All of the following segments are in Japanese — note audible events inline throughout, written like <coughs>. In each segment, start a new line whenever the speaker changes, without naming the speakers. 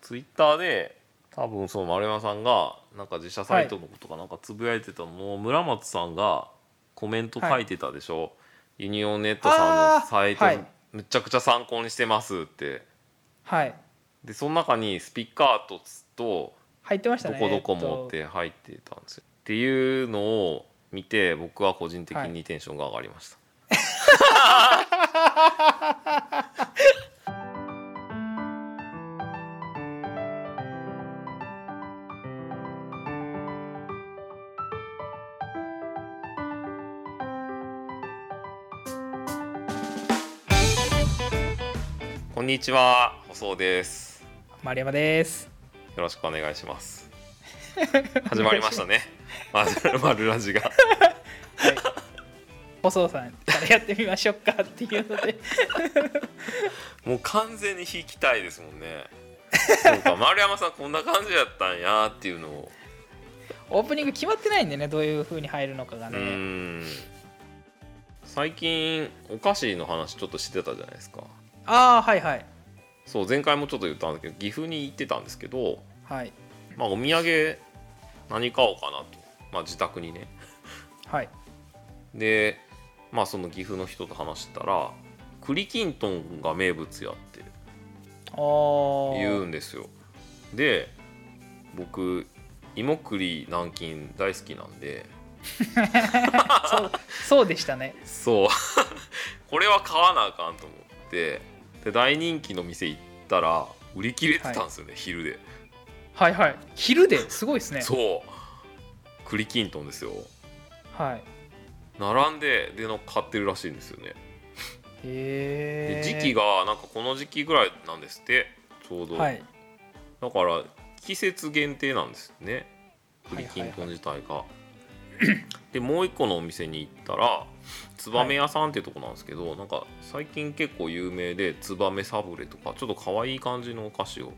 ツイッターで多分その丸山さんがなんか自社サイトのことかなんかつぶやいてたのも、村松さんがコメント書いてたでしょ、ユニオンネットさんのサイト、
あーはい
むちゃくちゃ参考にしてますって
はい
でその中にスピッカーとつと
入ってました
ど
ね
こどこもっ
え
て入ってたんですよ、っていうのを見て僕は個人的
は
に
い
テンションが上がりま
<laughs>
した、こんにちは細尾です
っと丸山です
よろしくお願いします。始まりましたね。まるまるラジが。
はい細尾さんからやってみましょうかっていうの
<laughs>
で
もう完全に引きたいですもんね。そうか、丸山さんこんな感じやったんやっていうのを。
オープニング決まってないんでねどういう風に入るのかが
う
ね、
ーん。最近お菓子の話ちょっとしてたじゃないですか。
ああはいはい
そう、前回もちょっと言ったんだけど、岐阜に行ってたんですけど、
はい
まあお土産何買おうかなと。まあ自宅にね。
はい
で、まあその岐阜の人と話したら、栗きんとんが名物やって。
お
言う
ー
んですよで僕芋栗南京大好きなんで
そうそうでしたね
そう <laughs> これは買わなあかんと思ってで大人気の店行ったら売り切れてたんですよね、昼で、
はいはい昼ですごいですね
そう栗きんとんですよ
はい
並んででの買ってるらしいんですよね
へ
で
え
時期がなんかこの時期ぐらいなんですってちょうど、
はい
だから季節限定なんですね
はい
栗きんとん自体が。でもう一個のお店に行ったらツバメ屋さんってとこなんですけど、なんか最近結構有名でツバメサブレとかちょっと可愛い感じのお菓子を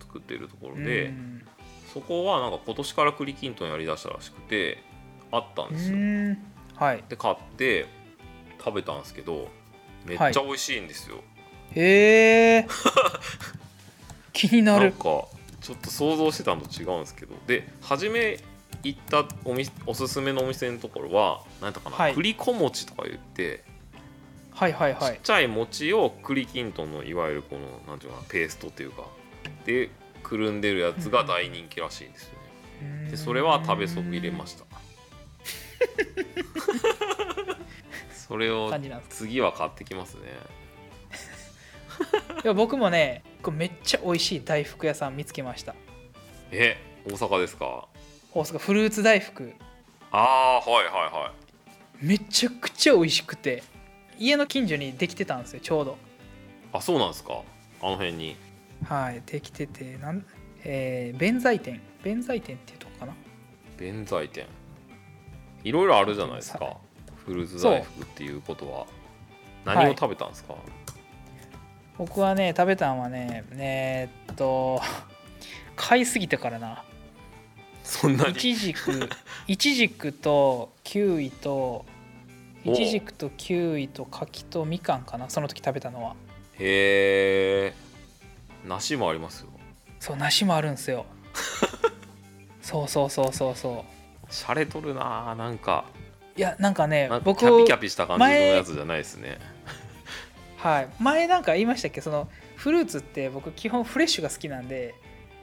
作ってるところで、
うん
そこはなんか今年から栗きんとんやりだしたらしくてあったん
う
ですよ。
ーんはい
で買って食べたんですけどめっちゃ美味しいんですよ。<laughs>
へえ気にな
なん
る
かちょっと想像してたのと違うんですけどで初め行ったおみおすすめのお店のところは何だかな、
はい
栗小餅とか言って、
はいはいは
ちっ
い
ちゃい餅を栗きんとんのいわゆるこのなんていうかなペーストっていうかでくるんでるやつが大人気らしいんですよね、でそれは食べそびれま
し <laughs>
したそれを
感じなんです
次は買ってきますね
いや僕もねこれめっちゃ美味しい大福屋さん見つけました
え大阪ですか
大阪フルーツ大福
ああーはいはいはい
めちゃくちゃ美味しくて家の近所にできてたんですよちょうど
あそうなんですかあの辺に
はいできててなんえー弁財天弁財天っていうとこかな
弁財天いろいろあるじゃないです
そう
かフルーツ大福っていうことは何を食べたんですか、
僕はね食べたんはねえーっと <laughs> 買いすぎたからな
そんな
イ
に
チジクイチジクとキウイと
お
イチジクとキウイと柿とみかんかなその時食べたのは
へえ梨もありますよ
そう梨もあるん
<laughs>
すよそうそうそうそうそ
シャレとるなあなんか
ういやなんかね
なんか
僕
キャピキャピした感じのやつじゃないですね
はい、前なんか言いましたっけそのフルーツって僕基本フレッシュが好きなんで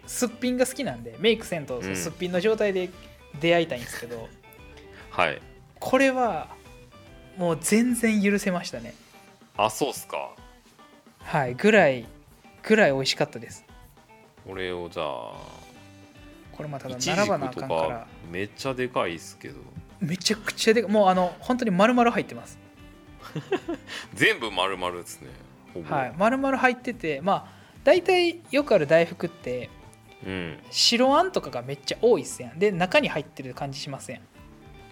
すっぴんが好きなんでメイクせんと
うん
すっぴんの状態で出会いたいんですけど、
はい
これはもう全然許せましたね
あそうっすか
はいぐらいぐらい美味しかったです
これをじゃあ
これまた
イ
だ
チジ
並ばなあ
クと
かんか
からめっちゃでかいっすけど
めちゃくちゃでかもうあの本当に丸々入ってます
全部丸々ですねほぼ、
はい丸々入っててまあ大体よくある大福って
うん
白あんとかがめっちゃ多いっすやんで中に入ってる感じしません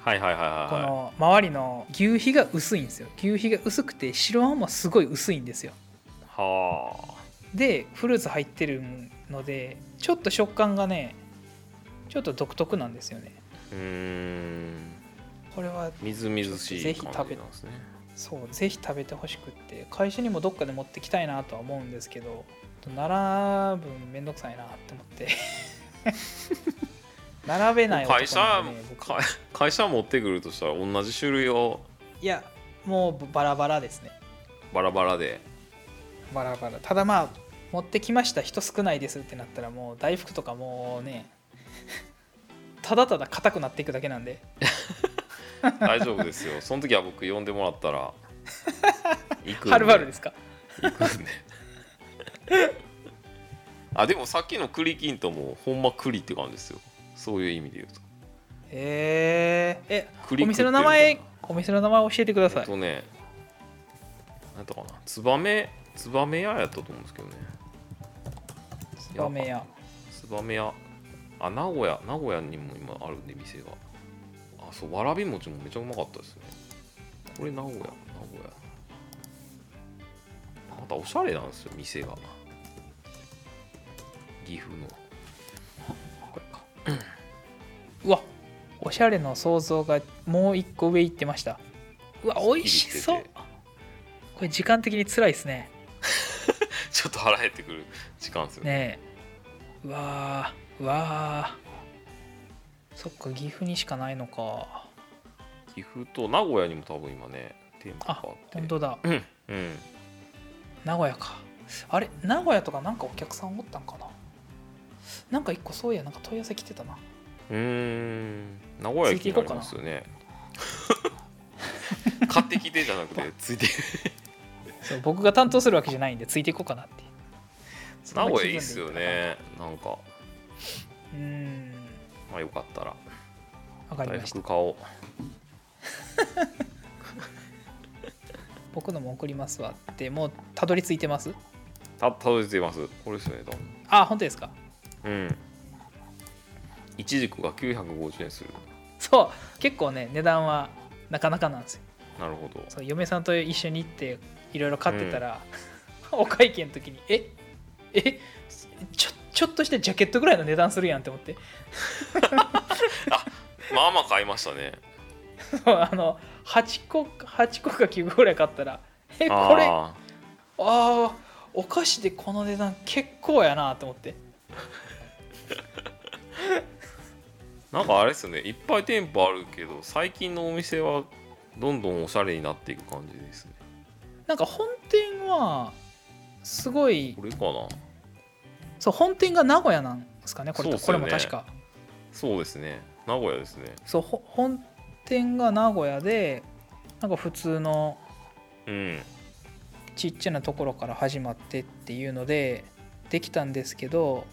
はいはいはいはい
こ
はい
の周りの牛皮が薄いんですよ牛皮が薄くて白あんもすごい薄いんですよ
は
でフルーツ入ってるのでちょっと食感がねちょっと独特なんですよね
あうーん
これは
みずみずしい
ぜひ食べ
感じなんですね
そうぜひ食べてほしくって会社にもどっかで持ってきたいなとは思うんですけどと並ぶんめんどくさいなって思って
<laughs>
並べない男
会社
なんでね僕
会会社持ってくるとしたら同じ種類を
いやもうバラバラですね
バラバラで
バラバラただまあ持ってきました人少ないですってなったらもう大福とかもうね <laughs> ただただ硬くなっていくだけなんで
大丈夫
<laughs>
ですよその時は僕呼んでもらったら行くんで
はるばるですか
行くんであでもさっきの栗きんとんもほんま栗って感じですよそういう意味で言うと
えー、え
栗
お
食って
店
る
の
みた
名
いな
前お店の名前教えてくだ
え
さ
っ
い
とねなんとかなツバメツバメ屋やったと思うんですけどね
ツバメ屋
ツバメ屋あ名古屋名古屋にも今あるんで店があそうわらび餅もめちゃうまかったですねこれ名古屋名古屋またおしゃれなんですよ店が岐阜のこれか
うわおしゃれの想像がもう一個上行ってましたうわ美味しそ
す
う
っきりしてて
これ時間的に辛いですね
ちょっと腹減ってくる時間ですよね
ねえうわーうわーそっか岐阜にしかないのか
岐阜と名古屋にも多分今ね店舗があ
あ
って
本当だ
うん
名古屋かあれ名古屋とかなんかお客さんおったんかななんか一個そういやなんか問い合わせ来てたな
うーん名古屋駅になりますよね <laughs> 買ってきてじゃなくてついて
そう僕が担当するわけじゃないんでついていこうかなってそ
名
ん
古
な気分
屋
で
いいっすよねなんか
うーん
まあよかったら
わかり
大
ました
福買おう
僕のも送りますわってもうたどり着いてます
たたどり着いてますこれですよね多分
あ本当ですか
うんいちじくが950円する
そう結構ね値段はなかなかなんですよ
なるほど
そう嫁さんと一緒に行っていろいろ買ってたら、お会計の時にええちょちょっとしてジャケットぐらいの値段するやんって思って
まあまあ買いましたね
そうあの8個八個か9個ぐらい買ったらえ
あ
これあ
あ
あーお菓子でこの値段結構やなと思って
ーなんかあれですよねいっぱい店舗あるけど最近のお店はどんどんおしゃれになっていく感じですね
なんか本店はすごい
これかな
そう本店が名古屋なんですかねこれ
そうっす
こ
よ
れ
ね
も確か
そうですね名古屋ですね
そうほ本店が名古屋でなんか普通の
うん
ちっちゃなところから始まってっていうのでできたんですけど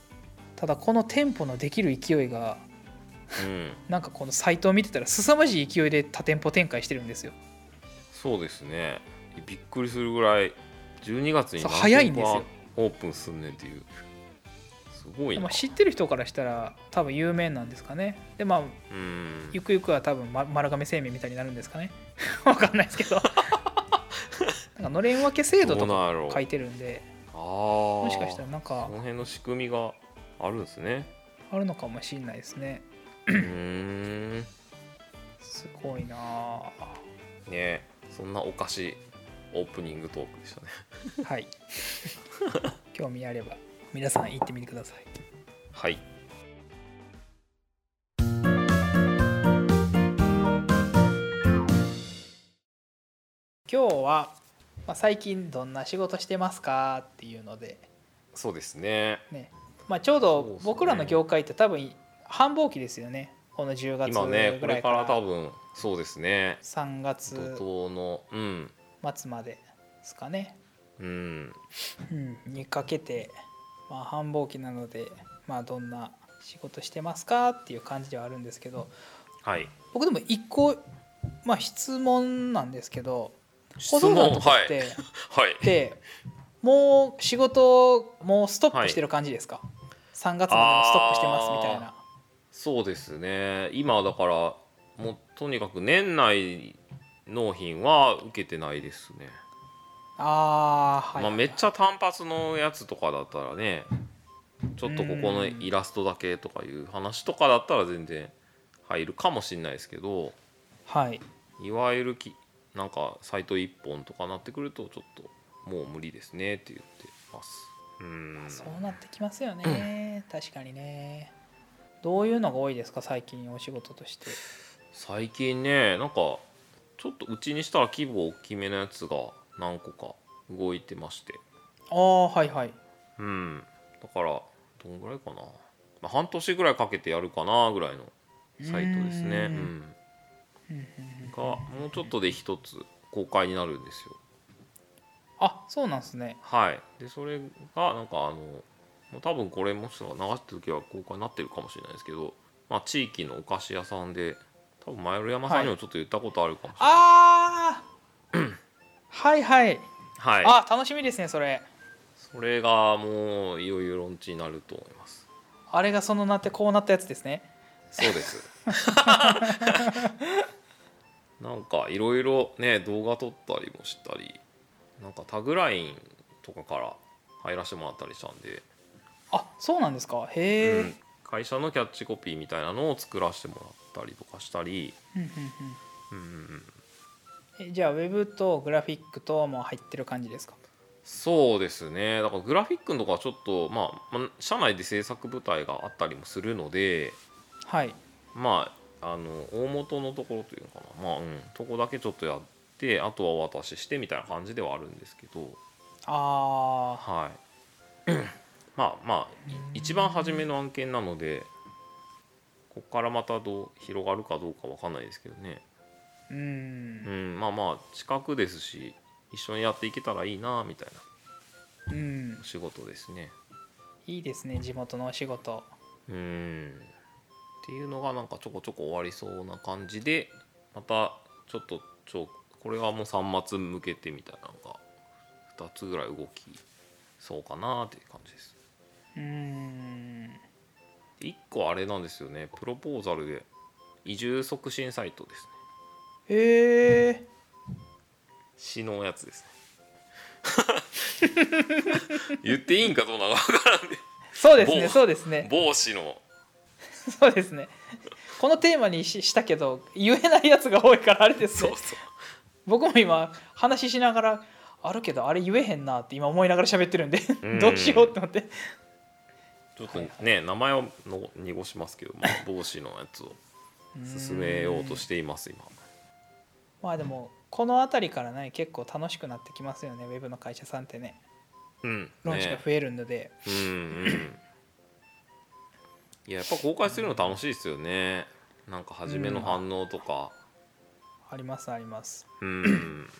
ただこの店舗のできる勢いが
うん
なんかこのサイトを見てたら凄まじい勢いで多店舗展開してるんですよ
そうですねびっくりするぐらい12月に
そう
何
早いん
店
ですよ
舗がオープンすんねんっていうすごい
ま
な
あ知ってる人からしたら多分有名なんですかねでまあ
うん
ゆくゆくは多分ま丸亀製麺みたいになるんですかね <laughs> わかんないで
<laughs>
すけどなんかのれん分け制度
ど
と
う
か
なんやろう
書いてるんで
あ
も
も
しかしたらなんか
その辺の仕組みがあるんですね
あるのかもしれないですね
うーん
すごいなあ
ねそんなお菓子オープニングトークでしたね
はい <laughs> 興味あれば皆さん行ってみてください
はい
今日は、まあ、最近どんな仕事してますかっていうので、
そうですね
ねまあ、ちょう
そうっす
ど
ね
僕らの業界って多分繁忙期ですよねこの10月
今ね
ぐ
こ
ら
れ
いか
から
ら
多分そうですね
3月
怒涛のうん
末までですかね、
うん
うん、にかけて、まあ、繁忙期なので、まあ、どんな仕事してますかっていう感じではあるんですけど
はい
僕でも一個、まあ、質問なんですけど
質
小僧さん
問
とか
は
っ
い
て、
はい
でもう仕事もうストップしてる感じですか、3月までもストップしてますみたいな
そうですね今だからもうとにかく年内納品は受けてないですね、
あーはい、
まあ、めっち
ゃ
ゃ単発のやつとかだったらねちょっとここのイラストだけとかいう話とかだったら全然入るかもしれないですけど
はい
いわゆるきなんかサイト1本とかなってくるとちょっともう無理ですねって言ってますうん
そうなってきますよね、確かにねどういうのが多いですか最近お仕事として
最近ねなんかちょっとうちにしたら規模大きめのやつが何個か動いてまして
ああはいはい
うんだからどんぐらいかな、まあ、半年ぐらいかけてやるかなぐらいのサイトですねうんん
ううんうんうん
がもうちょっとで一つ公開になるんですよ
あそうなんですね
はいでそれがなんかあのもう多分これもしかしたら流してる時は公開になってるかもしれないですけど、まあ、地域のお菓子屋さんで多分前山さんにもちょっと言ったことあるかもしれない、
ああはいはい、
はい
あ楽しみですねそれ
それがもういよいよローンチになると思います
あれがそのなってこうなったやつですね
そうです <laughs> なんかいろいろね動画撮ったりもしたりなんかタグラインとかから入らせてもらったりしたんで、
あそうなんですかへえ、
うん会社のキャッチコピーみたいなのを作らせてもらったりとかしたり、
うんうんうん
うんうんうん、
えじゃあウェブとグラフィックともう入ってる感じですか
そうですねだからグラフィックのとかはちょっと、まあ、まあ社内で制作部隊があったりもするので
はい
まああの大元のところというのかなまあうんとこだけちょっとやってあとはお渡ししてみたいな感じではあるんですけど
あ
はい <clears throat> まあまあい一番初めの案件なのでここからまたどう広がるかどうかわかんないですけどね
あう
うんんまあまあ近くですし一緒にやっていけたらいいなみたいな
うん
お仕事ですね
いいですね地元のお仕事
うんっていうのがなんかちょこちょこ終わりそうな感じでまたちょっとちょこれはもう3末向けてみたいなのが2つぐらい動きそうかなっていう感じです
うん
で1個あれなんですよねプロポーザルで移住促進サイトですね
へえ
市のやつですね言っていいんかどうなのか
そうですね
某
そうですね
某市の
そうですねこのテーマにししたけど言えないやつが多いからあれです
そ
ね
うそう
僕も今話ししながらあるけどあれ言えへんなって今思いながら喋ってるんで
うん
どうしようって思って
ちょっとね名前をの濁しますけど、まあ、某市のやつを進めようとしています今。
まあでもこの辺りからね結構楽しくなってきますよねウェブの会社さんってね
うん、
ローンチが増えるので、
ねうんうんいややっぱ公開するの楽しいですよねなんか初めの反応とか
ありますあります
うん、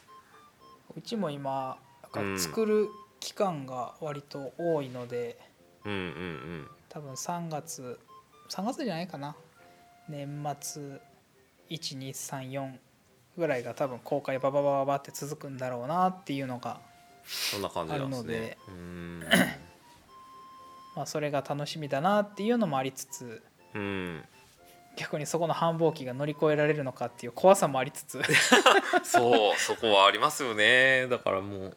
うちも今な
うんん
か作る期間が割と多いので、
うんうんうん
多分3月3月じゃないかな年末1234ぐらいが多分公開バババババって続くんだろうなっていうのが、
そんな感じなんですねうん
まあ、それが楽しみだなっていうのもありつつ
うん
逆にそこの繁忙期が乗り越えられるのかっていう怖さもあり
<laughs>
つつ
そうそこはありますよねだからもうね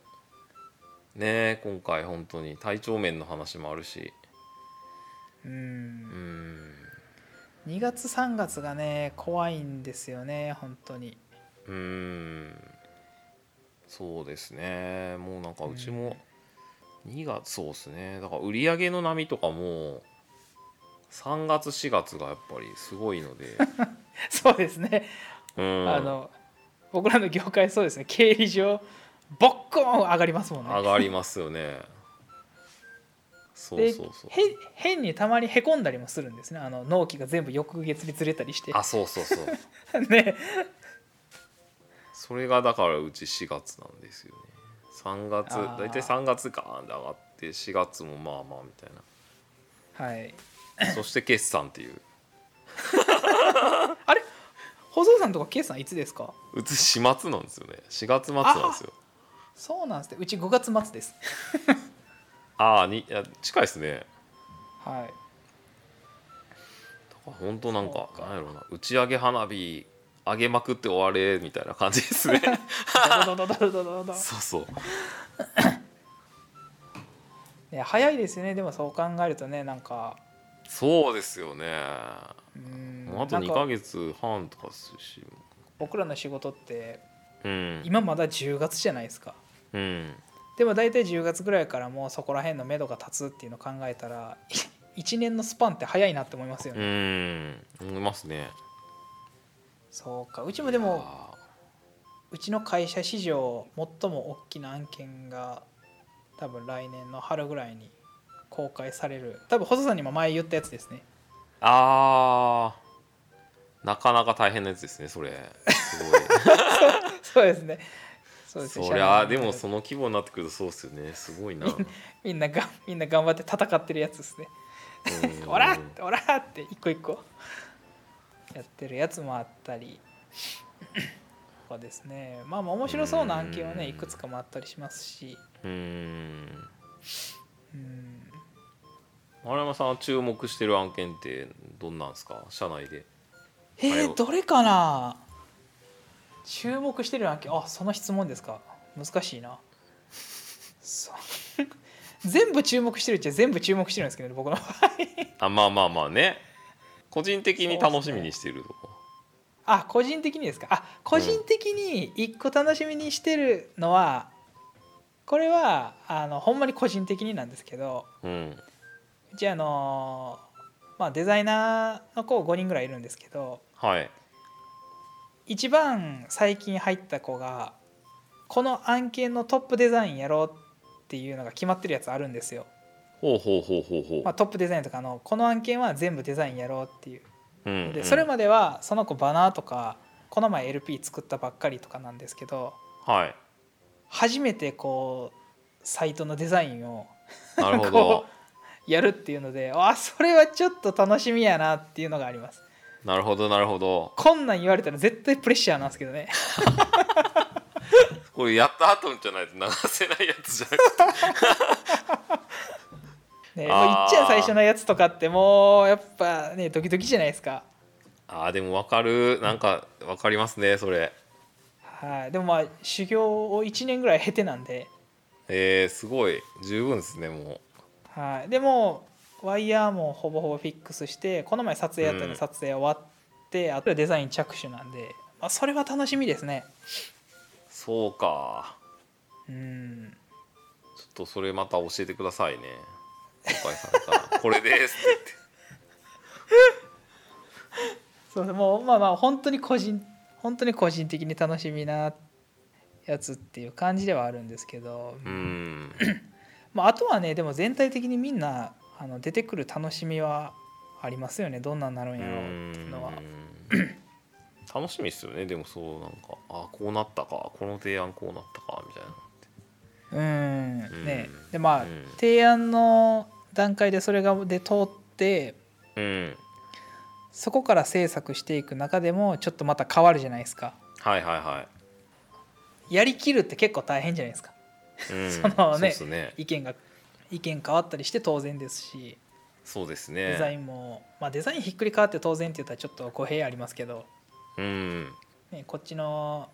え今回本当に体調面の話もあるし
う
うんん
2月3月がね怖いんですよね本
<laughs>
当に
うんそうですねもうなんかうちも2月そうですねだから売り上げの波とかも3月4月がやっぱりすごいの
<laughs>
で、
そうですね
うん、
あの僕らの業界そうですね経理上ボッコーン上がりますもんね
上がりますよねそう
で
そうそう
へ変にたまにへこんだりもするんですねあの納期が全部翌月にずれたりして
あそうそうそう
<laughs> ね
それがだからうち4月なんですよね3月
あー
大体3月ガーンで上がって4月もまあまあみたい
はい
なそして決算っていう
あれ細田さんとか K さんいつですか
うち始末なんですよね4月末なんですよ
そうなんですねうち5月末です
ああにいや近いですね
はい
だから本当なんか
そうか
なんやろうな打ち上げ花火上げまくって終われみたいな感じです
<laughs>
ね
ドドドドドド
<laughs>
ドド
そうそう
いや早いですよねでもそう考えるとねなんか
そうですよね
うーん
もうあと
なん
2ヶ
か
月半とかですし
僕らの仕事って
うん
今まだ10月じゃないですか
うん
でも大体10月ぐらいからもうそこら辺の目処が立つっていうのを考えたら1年のスパンって早いなって思いますよ
う
ね、
ーん思いますね
そうかうちもでも
あ
うちの会社史上最も大きな案件が多分来年の春ぐらいに公開される多分細さんにも前言ったやつですね
ー
<laughs>
あーなかなか大変なやつですねそれすごい
そうですね <laughs> そうですね
そりゃあ
社内
で
の
もその規模になってくるとそうですよねすごい
<laughs>
な
みんながみんな頑張って戦ってるやつですね
うん
オラッオラッって一個一個やってるやつもあったり <coughs> そうですねまあまあ面白そうな案件は
う
ね
ん
いくつかもあったりしますし
うーん
うん
丸山さんは注目してる案件ってどんなんですか社内で
え
あれ
ー、
を
どれかな注目してる案件あその質問ですか難しいなそう <laughs> 全部注目してるっちゃ全部注目してるんですけど、ね、僕の場合 <laughs>
あまあまあまあね個人的に楽しみにしてるとこ
あ個人的にですかあ個人的に一個楽しみにしてるのは、これはあのほんまに個人的になんですけど
うん
うちあのまあデザイナーの子5人ぐらいいるんですけど
はい
一番最近入った子がこの案件のトップデザインやろうっていうのが決まってるやつあるんですよ、
ほうほうほうほうほう、
まあ、トップデザインとかのこの案件は全部デザインやろうっていう
うん
でそれ
も
まではその子バナーとかこの前 LP 作ったばっかりとかなんですけど
はい
初めてこうサイトのデザインを
なるほ
こ <laughs>
ど
やるっていうのであそれはちょっと楽しみやなっていうのがあります
なるほどなるほど
こんなん言われたら絶対プレッシャーなんですけどね
これやった後じゃないと流せないや
<laughs>
つじゃなくて
ね
あー
もういっちゃん最初のやつとかってもうやっぱねドキドキじゃないですか
あーでもわかるなんかわかりますねそれ
はいでもまあ修行を1年ぐらい経てなんで
えー、すごい十分ですねも
はいでもワイヤーもほぼほぼフィックスしてこの前撮影やったん
うん
で撮影終わって、あとはデザイン着手なんで、まあ、それは楽しみですね
うそうか
うん
ちょっとそれまた教えてくだ
<laughs>
さいね公開されたらこれですって言って
そうもうまあまあ本当に個人本当に個人的に楽しみなやつっていう感じではあるんですけど、
うーん
まあ、あとはねでも全体的にみんなあの出てくる楽しみはありますよねどんなんなるん
う
やろうっていうのは
ーん楽しみですよねでもそうなんかあこうなったかこの提案こうなったかみたいな
うん
ん
ねでまあ
うん
提案の段階でそれがで通って
うん
そこから制作していく中でもちょっとまた変わるじゃないですか
はいはいはい
やりきるって結構大変じゃないですか
うん、
<laughs> そのね
そうですね
意見が意見変わったりして当然ですし
そうですね
デザインも、まあ、デザインひっくり返って当然って言ったらちょっと語弊ありますけど、
うん
ね、こっちの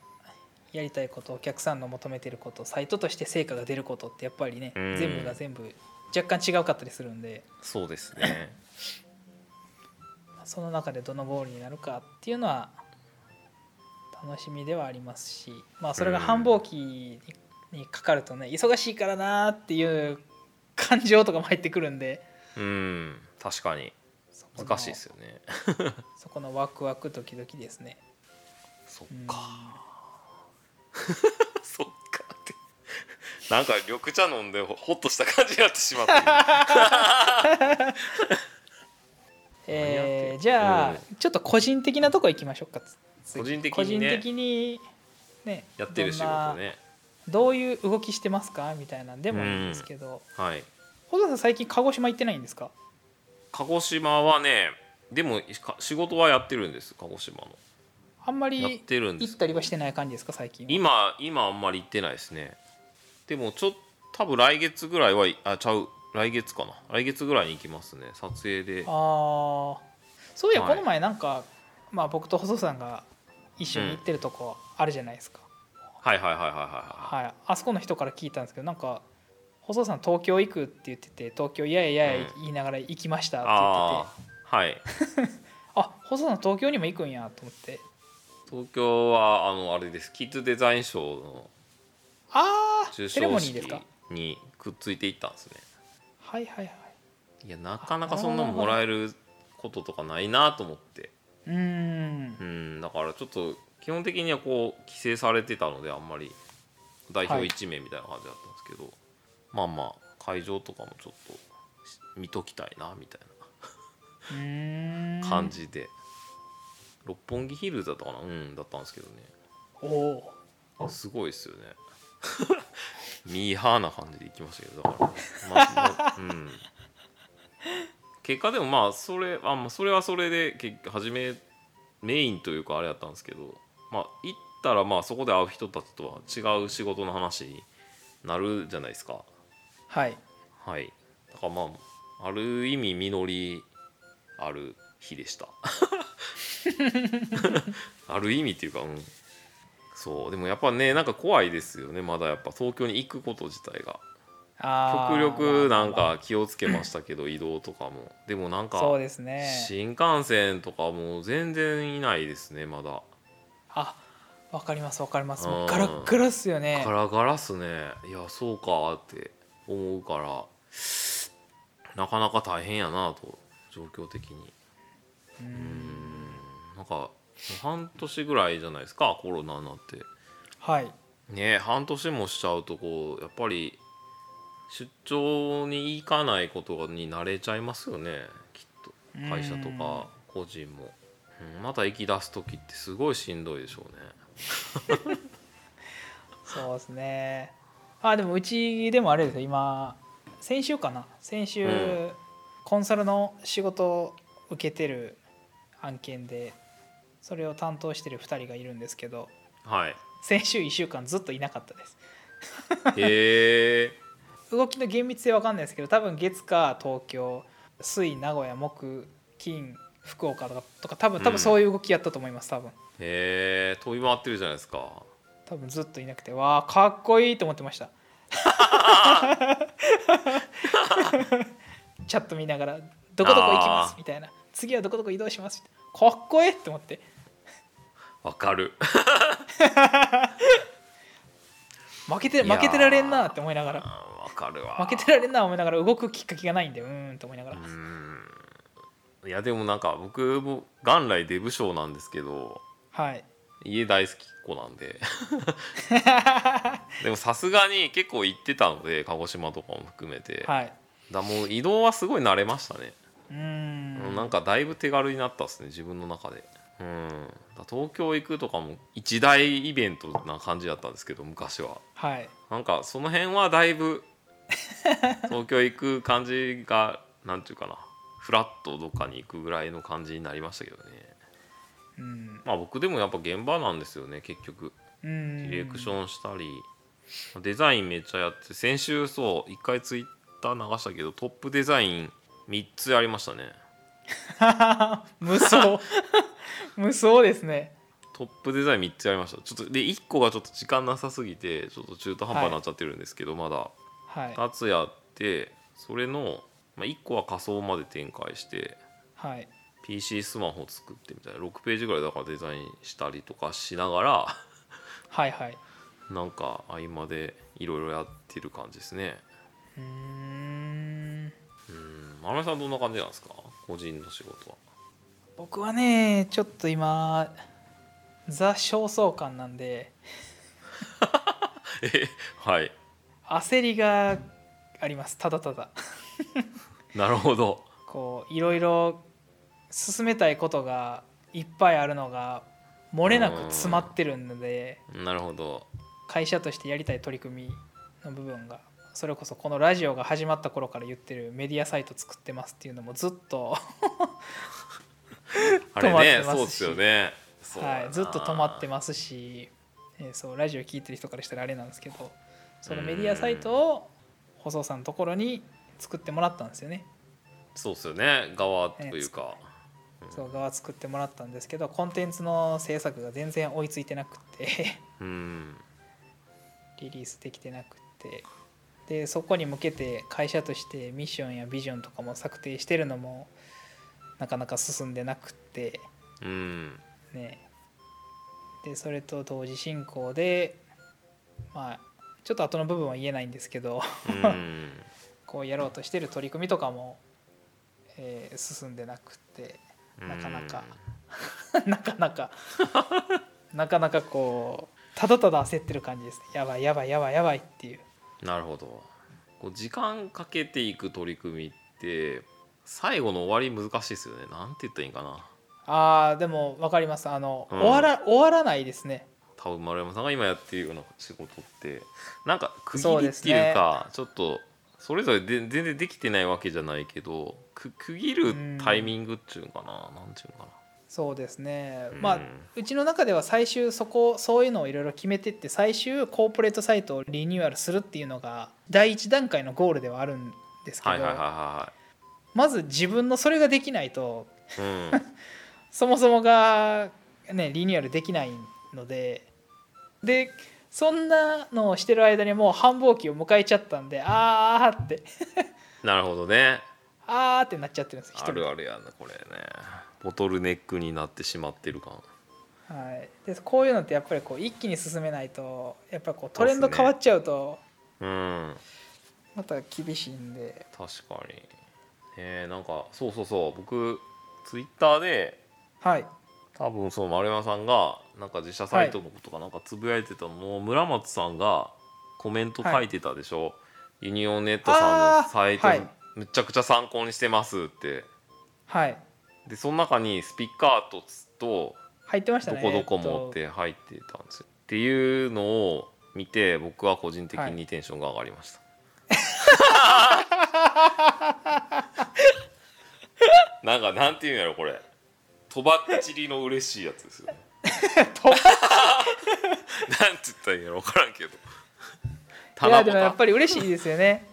やりたいことお客さんの求めてることサイトとして成果が出ることってやっぱりね、
うん
全部が全部若干違うかったりするんで
そうです
<laughs>
ね
その中でどのボールになるかっていうのは楽しみではありますし、まあ、それが繁忙期ににかかるとね忙しいからなーっていう感情とかも入ってくるんで
うん確かに
そこの
難しいですよね
そこのワクワクドキドキですね。
そっ
うん
か <laughs> そっかってなんか緑茶飲んでほほっとした感じになってしまっ
<laughs>
た
えーじゃあ、
う
ちょっと個人的なとこ行きましょうかつ次
個人的
個
に
人
ね
的にね
やってる仕事ね
どんなどういう動きしてますかみたいなんでもいいんですけど、
はい
ほさん最近鹿児島行ってないんですか
鹿児島はねでもか仕事はやってるんです鹿児島の
あんま
やっ
り
てるんで
行っ
す
たりはしてない感じですか最近は
今今あんまり行ってないですねでもちょっと多分来月ぐらいはあちゃう来月かな来月ぐらいに行きますね撮影で
ああそういや
はい
この前なんか、まあ、僕と細田さんが一緒に行ってるとこあるじゃないですか、
はいはいはいはいは
はい、あそこの人から聞いたんですけどなんか細田さん東京行くって言ってて東京いやいやいや
うん
言いながら行きましたっ
い
て言ってて
あ。あはい
あ細田さん東京にも行くんやと思って
東京はあのあれですキッズデザイン賞の
ああ
受賞式
セレモニーですか
にくっついていったんですね
はいはいはい
いやなかなかそんなのもらえることとかないなと思って
うーん
うんだからちょっと基本的にはこう規制されてたのであんまり代表1名みたいな感じだったんですけど、まあまあ会場とかもちょっとし見ときたいなみたいう
ーん
な感じで、六本木ヒルズだったかなうんだったんですけどね
おお
すごいですよねミーハーな感じで行きましたけどだから、まあまあうん、結果でもまあそれあ、まあ、それはそれで結局初めメインというかあれだったんですけど、まあ、行ったらまあそこで会う人たちとは違う仕事の話になるじゃないですか。
はい
はい、だからまあある意味実りある日でした
<laughs>
ある意味っていうかうんそうでもやっぱねなんか怖いですよねまだやっぱ東京に行くこと自体が
あ
極
ー
力なん
まあまあま
か気をつけましたけど移動とかもでもなん
あそう
か
ですね
新幹線とかもう全然いないですねまだ
あわかりますわかりますもう
うん
ガラッガラっすよね
ガラガラっすねいやそうかって思うからなかなか大変やなと状況的に
う
うんんなんかもう半年ぐらいじゃないですかコロナになって
はい
ね半年もしちゃうとこうやっぱり出張に行かないことに慣れちゃいますよねきっと会社とか個人も、うん、また行き出す時ってすごいしんどいでしょうね
そうですねあでもうちでもあれですよ今先週かな先週、
うん
コンサルの仕事を受けてる案件でそれを担当してる2人がいるんですけど <laughs>
はい
先週1週間ずっといなかったです
へえ
動きの厳密性わかんないですけど多分月か東京水名古屋木金福岡とかとか多分
う
多
ん
分そういう動きやったと思います多分
へえ飛び回ってるじゃないですか
多分ずっといなくてわあかっこいいと思ってました
<laughs>
チャット見ながら「どこどこ行きま
あ
す
ー」
みたいな「次はどこどこ移動します」かっこいいと思って
わかる
負けて
いやー
負けてられんなって思いながら
あーわかるわ
負けてられんな思いながら動くきっかけがないんでうーんと思いながら
うーんいやでもなんか僕も元来デブ症なんですけど
はい
家大好きっ子なん
<laughs>
ででもさすがに結構行ってたので鹿児島とかも含めて、
はい
だもう移動はすごい慣れましたね、
うーん
なんかだいぶ手軽になったですね自分の中でうんだ東京行くとかも一大イベントな感じだったんですけど昔は
はい
なんかその辺はだい
<laughs>
ぶ東京行く感じがなんていうかなフラッとどっかに行くぐらいの感じになりましたけどね
うん
まあ僕でもやっぱ現場なんですよね結局
う
デ
ーん
ィレクションしたりデザインめっちゃやって先週そう一回ツイッター流したけどトップデザイン3つやりましたね
<laughs> 無 <laughs> 双無双ですね
トップデザイン3つやりましたちょっとで1個がちょっと時間なさすぎてちょっと中途半端になっちゃってるんですけど、まだ
はい
2つやってそれの、まあ、1個は仮想まで展開して
はい
PC スマホ作ってみたいな6ページぐらいだからデザインしたりとかしながら
はいはい
なんか合間でいろいろやってる感じですね
うーん
うん丸山さんどんな感じなんですか個人の仕事は <laughs>
僕はねちょっと今ザ焦燥感なんで
えはい
焦りがありますただただ
なるほど
こういろいろ進めたいことがいっぱいあるのが漏れなく詰まってるんで
なるほど
会社としてやりたい取り組みの部分がそれこそこのラジオが始まった頃から言ってるメディアサイト作ってますっていうのもずっと
あれ
止まって
ね
ます
そう
し
ですよねそうだな
はい、ずっと止まってますし、えーそうラジオ聞いてる人からしたらあれなんですけどそのメディアサイトを細さんのところに作ってもらったんですよね、
そうですよね側というか、うん
そう側作ってもらったんですけどコンテンツの制作が全然追いついてなくて
うん
リリースできてなくてでそこに向けて会社としてミッションやビジョンとかも策定してるのもなかなか進んでなくて。 <laughs>
うん
ねでそれと同時進行でまあちょっと後の部分は言えないんですけど
うん
こうやろうとしてる取り組みとかも、えー進んでなくて <laughs> なかなかなかなかなかなかこうただただ焦ってる感じですねやばいやばいやばいやばいっていう
うんなるほどこう時間かけていく取り組みって最後の終わり難しいですよねなんて言ったらいいんかな
あーでも分かりますあの、
うん
終わら終わらないですね
多分丸山さんが今やってるような仕事ってなんか区切
そう
りっ
です
て
ね
いうかちょっとそれぞれで全然できてないわけじゃないけどく区切るタイミングっていうのかななんていうのか
そうですね、
なう
まあ
ん
うちの中では最終そこそういうのをいろいろ決めてって最終コーポレートサイトをリニューアルするっていうのが第一段階のゴールではあるんですけど、
はいはいはいは
まず自分のそれができないと
いはい、うん、 <laughs>
そもそもが、ね、リニューアルできないのででそんなのをしてる間にもう繁忙期を迎えちゃったんであーって
なるほどね
あーってなっちゃってるんです一
あ
人で
るあるやなこれねボトルネックになってしまってる感
はい、でこういうのってやっぱりこう一気に進めないとやっぱりこう
そ
ト
うっ
レ
すね
ンド変わっちゃうと
うん
また厳しいんで
確かにねえなんかそうそうそう僕ツイッターで
はい
多分その丸山さんがなんか自社サイトのことかなんかつぶやいてたのを村松さんがコメント書いてたでしょ、ユニオンネットさんのサイト
あーはい
むちゃくちゃ参考にしてますって
はい
でその中にスピッカーとつと
入ってました
ど
ね
こどこもっ
え
て入ってたんですよっていうのを見て僕は個人的
は
に
い
テンションが上がりま
<laughs>
した、なんかなんていうんやろこれとばっちりの嬉しいやつですよね
と
<laughs>
<laughs> ば
なんて言っ
っ
たらいいんやろ分からんけど
といやでもやっ
七
ぱり嬉しいですよね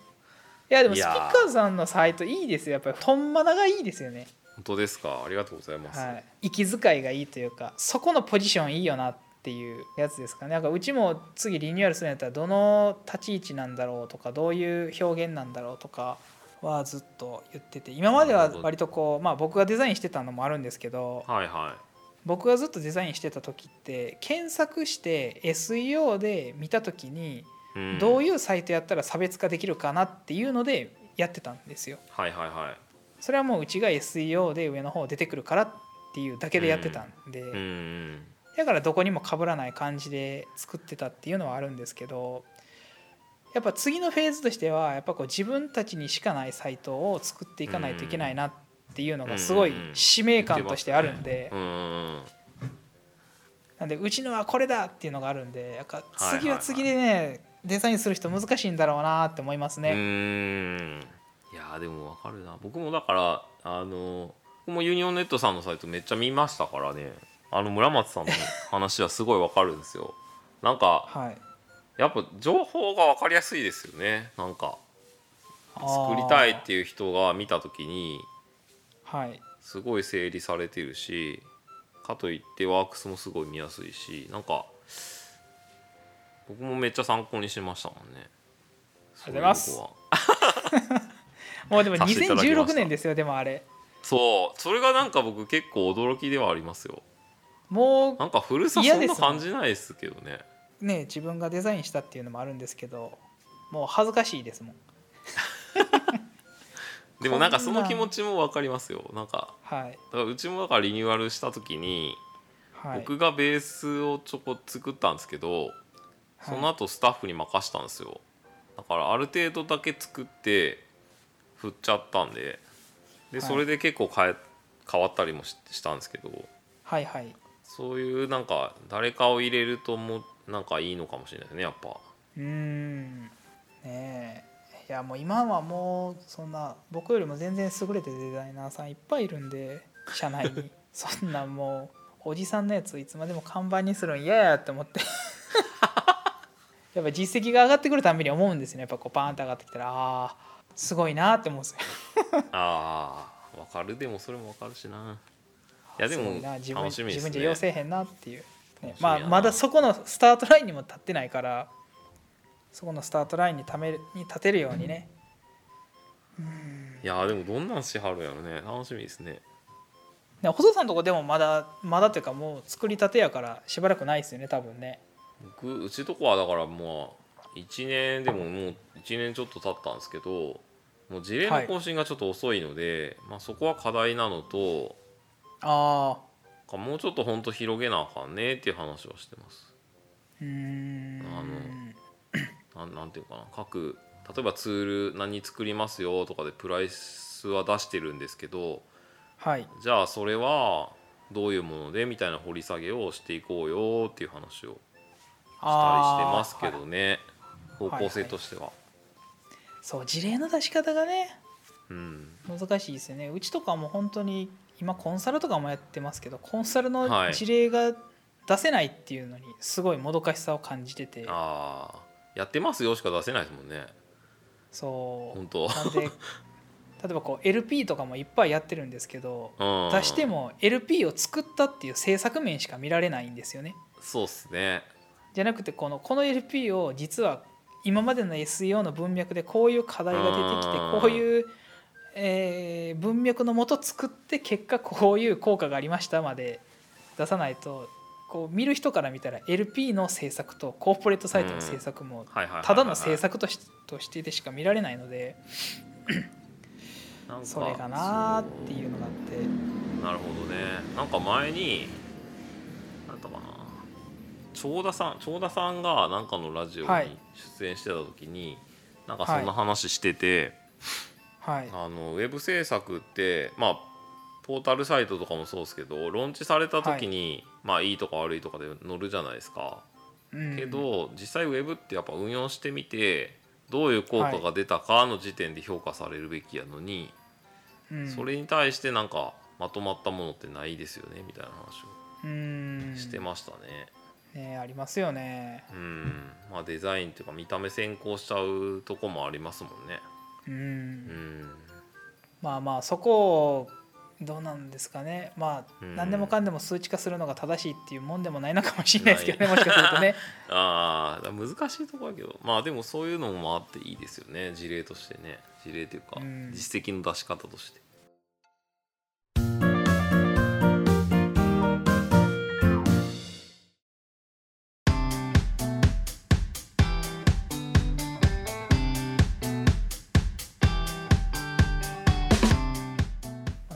いやでも
い
スピ
やー
ッカーさんのサイトいいですよやっぱりとんまながいいですよね、
本当ですかありがとうございます、
はい、息遣いがいいというかそこのポジションいいよなっていうやつですかねなんかうちも次リニューアルするんやったらどの立ち位置なんだろうとかどういう表現なんだろうとかはずっと言ってて今までは割とこう、まあ、僕がデザインしてたのもあるんですけど
はいは
僕がずっとデザインしてた時って検索して SEO で見た時に
い、うん
どう
はい
いうサイトやったら差別化できるかなっていうのでやってたんですよ。
はいは
それはもううちが SEO で上の方出てくるからっていうだけでやってたんで、
いうんうん
だからどこにも被らない感じで作ってたっていうのはあるんですけどやっぱ次のフェーズとしてはやっぱこう自分たちにしかないサイトを作っていかないといけないなっていうのがすごい使命感としてあるんで
うんうんうん
なんでうちのはこれだっていうのがあるんでやっぱ
はいはいはい
次は次でねデザインする人難しいんだろうなって思います
う
ね。
ーんいやーでもわかるな僕もだからあの僕もユニオンネットさんのサイトめっちゃ見ましたからねあの村松さんの話はすごいわかるんですよなんか
はい、
やっぱ情報がわかりやすいですよねなんか作りたいっていう人が見た時に
あーはい
すごい整理されてるしかといってワークスもすごい見やすいしなんか僕もめっちゃ参考にしましたもんね
ありがとうございます
そういうとこは
もうでも
させていただきました
2016年ですよでもあれ
そうそれがなんか僕結構驚きではありますよ
も
なんか古さそ
嫌
ん
で
な
すもん
感じないですけどね
うね自分がデザインしたっていうのもあるんですけどもう恥ずかしいですもん
でもなんかその気持ちも分かりますよなんか
はい
だからうちもだからリニューアルした時に、
はい
僕がベースをちょこ作ったんですけどその
はい
後スタッフに任したんですよだからある程度だけ作って振っちゃったんでで
はい
それで結構変え変わったりもししたんですけど
はいはい
そういうなんか誰かを入れるともなんかいいのかもしれないですねやっ
<laughs>
ぱ。
うーんねえいやもう今はもうそんな僕よりも全然優れてるデザイナーさんいっぱいいるんで社内にそんなもうおじさんのやついつまでも看板にするん嫌やって思ってやっぱ実績が上がってくるたびに思うんですねやっぱこうバーンって上がってきたらああすごいなって思うんですよ
ああわかるでもそれもわかるしないやでも
すごいな自分
楽しみですね
自分じゃ要せえへんなっていう、ね
楽しみや
ま
な
あ、まだそこのスタートラインにも立ってないからそこのスタートラインにためるに立てるようにね
いやでもどんなんしはるんやろね楽しみですね
ね細田さんのとこでもまだまだというかもう作りたてやからしばらくないですよね多分ね
僕うちとこはだからもう1年でももう1年ちょっと経ったんですけどもう事例の更新がちょっと遅いので、まあ、そこは課題なのと
ああ
かもうちょっと本当広げなあかんねっていう話をしてます。
うーん
あなんなんていうかな各例えばツール何作りますよとかでプライスは出してるんですけど
はい
じゃあそれはどういうものでみたいな掘り下げをしていこうよっていう話をしたりしてますけ
あーは
どね、
い
方向性としては。
いそう事例の出し方がね
うん
難しいですよねうちとかも本当に今コンサルとかもやってますけどコンサルの
はい
事例が出せないっていうのにすごいもどかしさを感じてて、
ああやってますよしか出せないですもんね
そう
本当
なんで例えばこう LP とかもいっぱいやってるんですけど
うん
出しても LP を作ったっていう制作面しか見られないんですよね
そうっすね
じゃなくてこのこの LP を実は今までの SEO の文脈でこういう課題が出てきて
うん
こういう、えー文脈のもと作って結果こういう効果がありましたまで出さないとこう見る人から見たら LP の制作とコーポレートサイトの制作も
はいはいはいはい
ただの制作としとしてでしか見られないので
なんか
それがなーっていうのがあって
そうなるほどねなんか前になんだったかな長田さん長田さんがなんかのラジオに
はい
出演してた時に、なんかそんな話してて、
はい
あのウェブ制作ってまあポータルサイトとかもそうですけどローンチされた時に、まあいいとか悪いとかで乗るじゃないですか。
うん
けど実際ウェブってやっぱ運用してみてどういう効果が出たかの時点で評価されるべきやのに、
うん
それに対してなんかまとまったものってないですよねみたいな話
うん
をしてましたね。
ねありますよね
うん、まあデザインっていうか見た目先行しちゃうとこもありますもんね。
うん
うん、
まあまあそこをどうなんですかねまあ
うん
何でもかんでも数値化するのが正しいっていうもんでもないのかもしれないですけどねもしかするとね
ああ難しいとこやけどまあでもそういうのもあっていいですよね事例としてね事例というか
うん
実績の出し方として。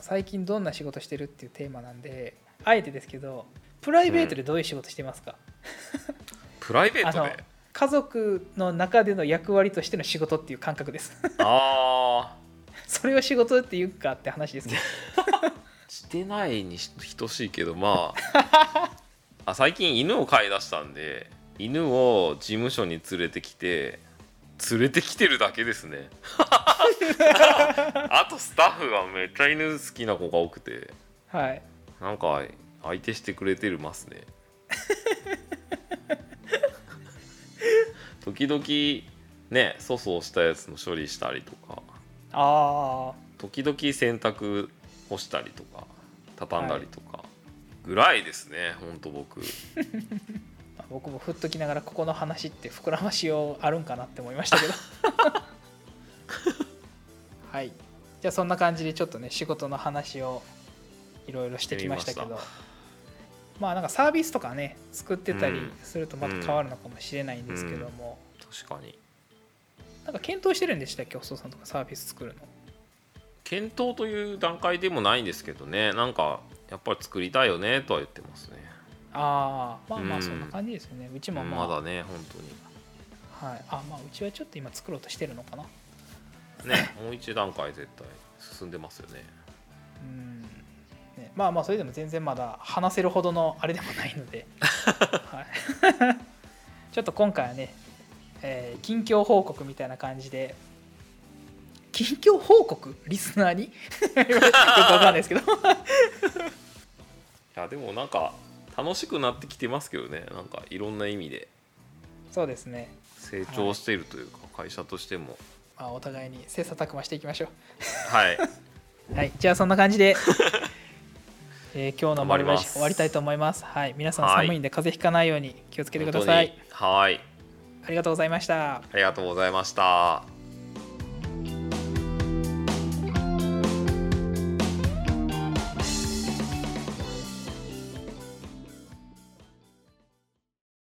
最近どんな仕事してるっていうテーマなんであえてですけどプライベートでどういう仕事してますか、
プライベー
あ
ト
の
で
家族の中での役割としての仕事っていう感覚です <laughs>
ああ
それを仕事っていうかって話ですけど
してないに等しいけどまああ最近犬を飼い出したんで犬を事務所に連れてきて連れてきてるだけですねあとスタッフはめっちゃ犬好きな子が多くて
はい
なんか相手してくれてるますね時々ね粗相したやつの処理したりとか
ああ
時々洗濯干したりとか畳んだりとかぐらいですね、ほんと僕
僕も振っときながらここの話って膨らましようあるんかなって思いましたけどはいじゃあそんな感じでちょっとね仕事の話をいろいろしてきましたけど
してみ
ま
ま
あなんかサービスとかね作ってたり
うん
するとまた変わるのかもしれないんですけども、
確かに
なんか検討してるんでしたっけおそさんとかサービス作るの
検討という段階でもないんですけどねなんかやっぱり作りたいよねとは言ってますね、
ああまあま
う
あ
ん
そんな感じですよね、うちもまあ
まだね本
はい、あまあうちはちょっと今作ろうとしてるのかな
当に
<laughs>
ねもう一段階絶対進んでますよね
うんね、まあまあそれでも全然まだ話せるほどのあれでもないの
<laughs>
で、はい、 <laughs> ちょっと今回はね、えー近況報告みたいな感じで近況報告リスナーに <laughs> よくわかんないです
<laughs>
けど
いやでもなんか楽しくなってきてますけどねなんかいろんな意味で
そうですね、
成長しているというか、会社としても
まあ、お互いに切磋琢磨していきましょ <laughs>
はい
うはいじゃあそんな感
<laughs>
じでえー今日の「
頑張
丸
り
バ
ま
ジ
す
終わりたいと思います、はい、皆さん
はい
寒いんで風邪ひかないように気をつけてくだ
本
さ
当
い
にはい
ありがとうございました
ありがとうございました